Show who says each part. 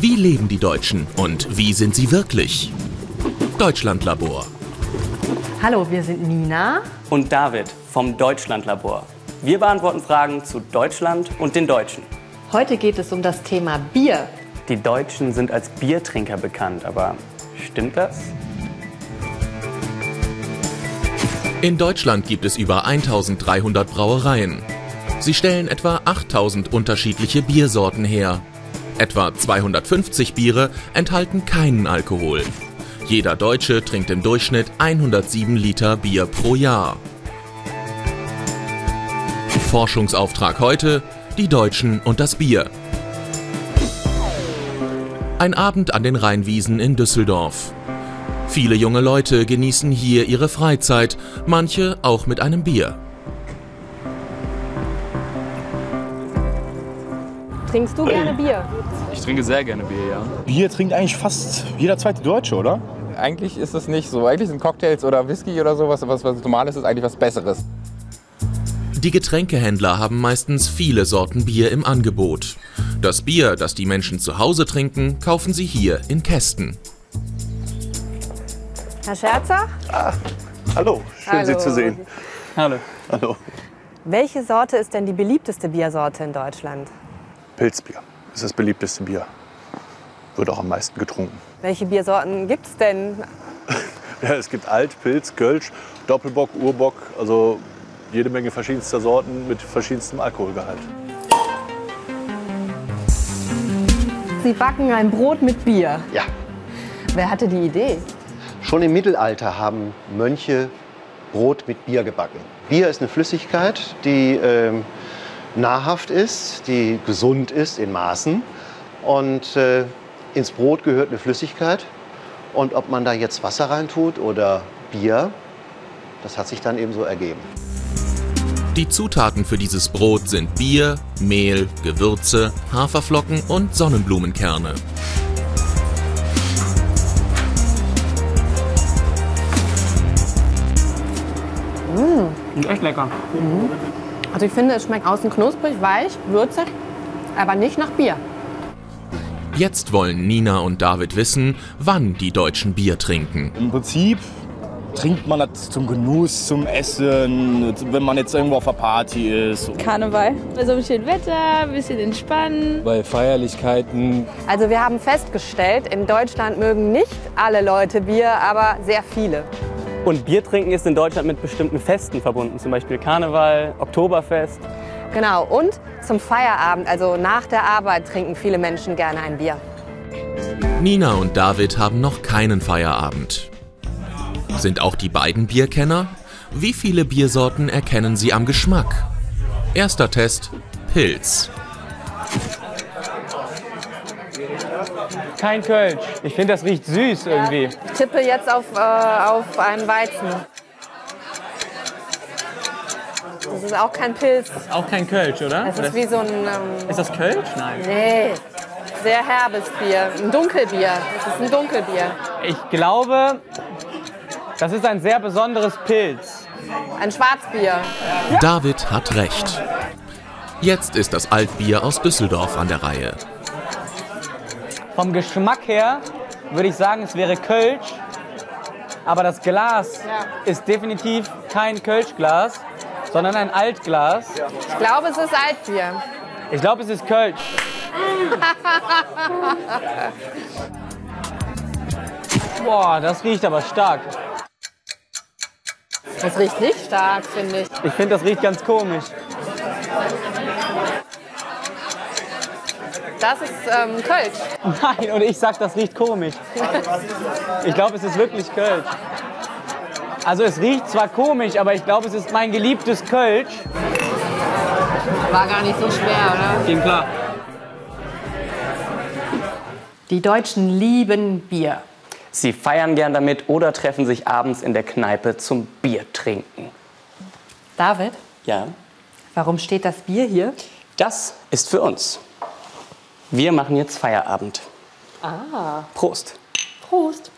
Speaker 1: Wie leben die Deutschen und wie sind sie wirklich? Deutschlandlabor.
Speaker 2: Hallo, wir sind Nina.
Speaker 3: Und David vom Deutschlandlabor. Wir beantworten Fragen zu Deutschland und den Deutschen.
Speaker 2: Heute geht es um das Thema Bier.
Speaker 3: Die Deutschen sind als Biertrinker bekannt, aber stimmt das?
Speaker 1: In Deutschland gibt es über 1300 Brauereien. Sie stellen etwa 8000 unterschiedliche Biersorten her. Etwa 250 Biere enthalten keinen Alkohol. Jeder Deutsche trinkt im Durchschnitt 107 Liter Bier pro Jahr. Forschungsauftrag heute: die Deutschen und das Bier. Ein Abend an den Rheinwiesen in Düsseldorf. Viele junge Leute genießen hier ihre Freizeit, manche auch mit einem Bier.
Speaker 2: Trinkst du gerne Bier?
Speaker 4: Ich trinke sehr gerne Bier, ja.
Speaker 5: Bier trinkt eigentlich fast jeder zweite Deutsche, oder?
Speaker 6: Eigentlich ist es nicht so. Eigentlich sind Cocktails oder Whisky oder sowas, was, was normales ist, eigentlich was Besseres.
Speaker 1: Die Getränkehändler haben meistens viele Sorten Bier im Angebot. Das Bier, das die Menschen zu Hause trinken, kaufen sie hier in Kästen.
Speaker 2: Herr Scherzer,
Speaker 5: Hallo, schön
Speaker 2: Hallo.
Speaker 5: Sie zu sehen.
Speaker 3: Hallo.
Speaker 5: Hallo.
Speaker 2: welche Sorte ist denn die beliebteste Biersorte in Deutschland?
Speaker 5: Pilzbier ist das beliebteste Bier. Wird auch am meisten getrunken.
Speaker 2: Welche Biersorten gibt es denn?
Speaker 5: Ja, es gibt Alt, Pilz, Kölsch, Doppelbock, Urbock, also jede Menge verschiedenster Sorten mit verschiedenstem Alkoholgehalt.
Speaker 2: Sie backen ein Brot mit Bier.
Speaker 7: Ja,
Speaker 2: Wer hatte die Idee?
Speaker 7: schon im Mittelalter haben Mönche Brot mit Bier gebacken. Bier ist eine Flüssigkeit, die ähm, nahrhaft ist, die gesund ist in Maßen. Und äh, ins Brot gehört eine Flüssigkeit. Und ob man da jetzt Wasser reintut oder Bier, das hat sich dann eben so ergeben.
Speaker 1: Die Zutaten für dieses Brot sind Bier, Mehl, Gewürze, Haferflocken und Sonnenblumenkerne.
Speaker 3: Ist echt lecker.
Speaker 2: Also ich finde, es schmeckt außen knusprig, weich, würzig, aber nicht nach Bier.
Speaker 1: Jetzt wollen Nina und David wissen, wann die Deutschen Bier trinken.
Speaker 5: Im Prinzip
Speaker 8: trinkt man das zum Genuss, zum Essen, wenn man jetzt irgendwo auf einer Party ist.
Speaker 9: Karneval. Bei so einem schönen Wetter, ein bisschen entspannen.
Speaker 10: bei Feierlichkeiten.
Speaker 2: Also wir haben festgestellt, in Deutschland mögen nicht alle Leute Bier, aber sehr viele.
Speaker 3: Und Bier trinken ist in Deutschland mit bestimmten Festen verbunden, zum Beispiel Karneval, Oktoberfest.
Speaker 2: Genau, und zum Feierabend, also nach der Arbeit, trinken viele Menschen gerne ein Bier.
Speaker 1: Nina und David haben noch keinen Feierabend. Sind auch die beiden Bierkenner? Wie viele Biersorten erkennen sie am Geschmack? Erster Test: Pilz.
Speaker 11: Kein Kölsch. Ich finde, das riecht süß irgendwie.
Speaker 2: Ich tippe jetzt auf, äh, auf einen Weizen. Das ist auch kein Pilz.
Speaker 3: Auch kein Kölsch, oder?
Speaker 2: Das
Speaker 3: Oder
Speaker 2: ist wie so ein. Ähm,
Speaker 3: ist das Kölsch? Nein.
Speaker 2: nee. Sehr herbes Bier. Ein Dunkelbier. Das ist ein Dunkelbier.
Speaker 11: Ich glaube, das ist ein sehr besonderes Pilz.
Speaker 2: Ein Schwarzbier.
Speaker 1: David hat recht. Jetzt ist das Altbier aus Düsseldorf an der Reihe.
Speaker 11: Vom Geschmack her würde ich sagen, es wäre Kölsch. Aber das Glas ist definitiv kein Kölschglas, sondern ein Altglas.
Speaker 2: Ich glaube, es ist Altbier.
Speaker 11: Ich glaube, es ist Kölsch. Boah, das riecht aber stark.
Speaker 2: Das riecht nicht stark, finde ich.
Speaker 11: Ich finde, das riecht ganz komisch.
Speaker 2: Das ist ähm, Kölsch.
Speaker 11: Nein, und ich sag, das riecht komisch. Ich glaube, es ist wirklich Kölsch. Also es riecht zwar komisch, aber ich glaube, es ist mein geliebtes Kölsch.
Speaker 2: War gar nicht so schwer, oder?
Speaker 11: Ging klar.
Speaker 2: Die Deutschen lieben Bier.
Speaker 3: Sie feiern gern damit oder treffen sich abends in der Kneipe zum Bier trinken.
Speaker 2: David,
Speaker 3: Ja,
Speaker 2: warum steht das Bier hier?
Speaker 3: das ist für uns. Wir machen jetzt Feierabend. Ah. Prost.
Speaker 2: Prost.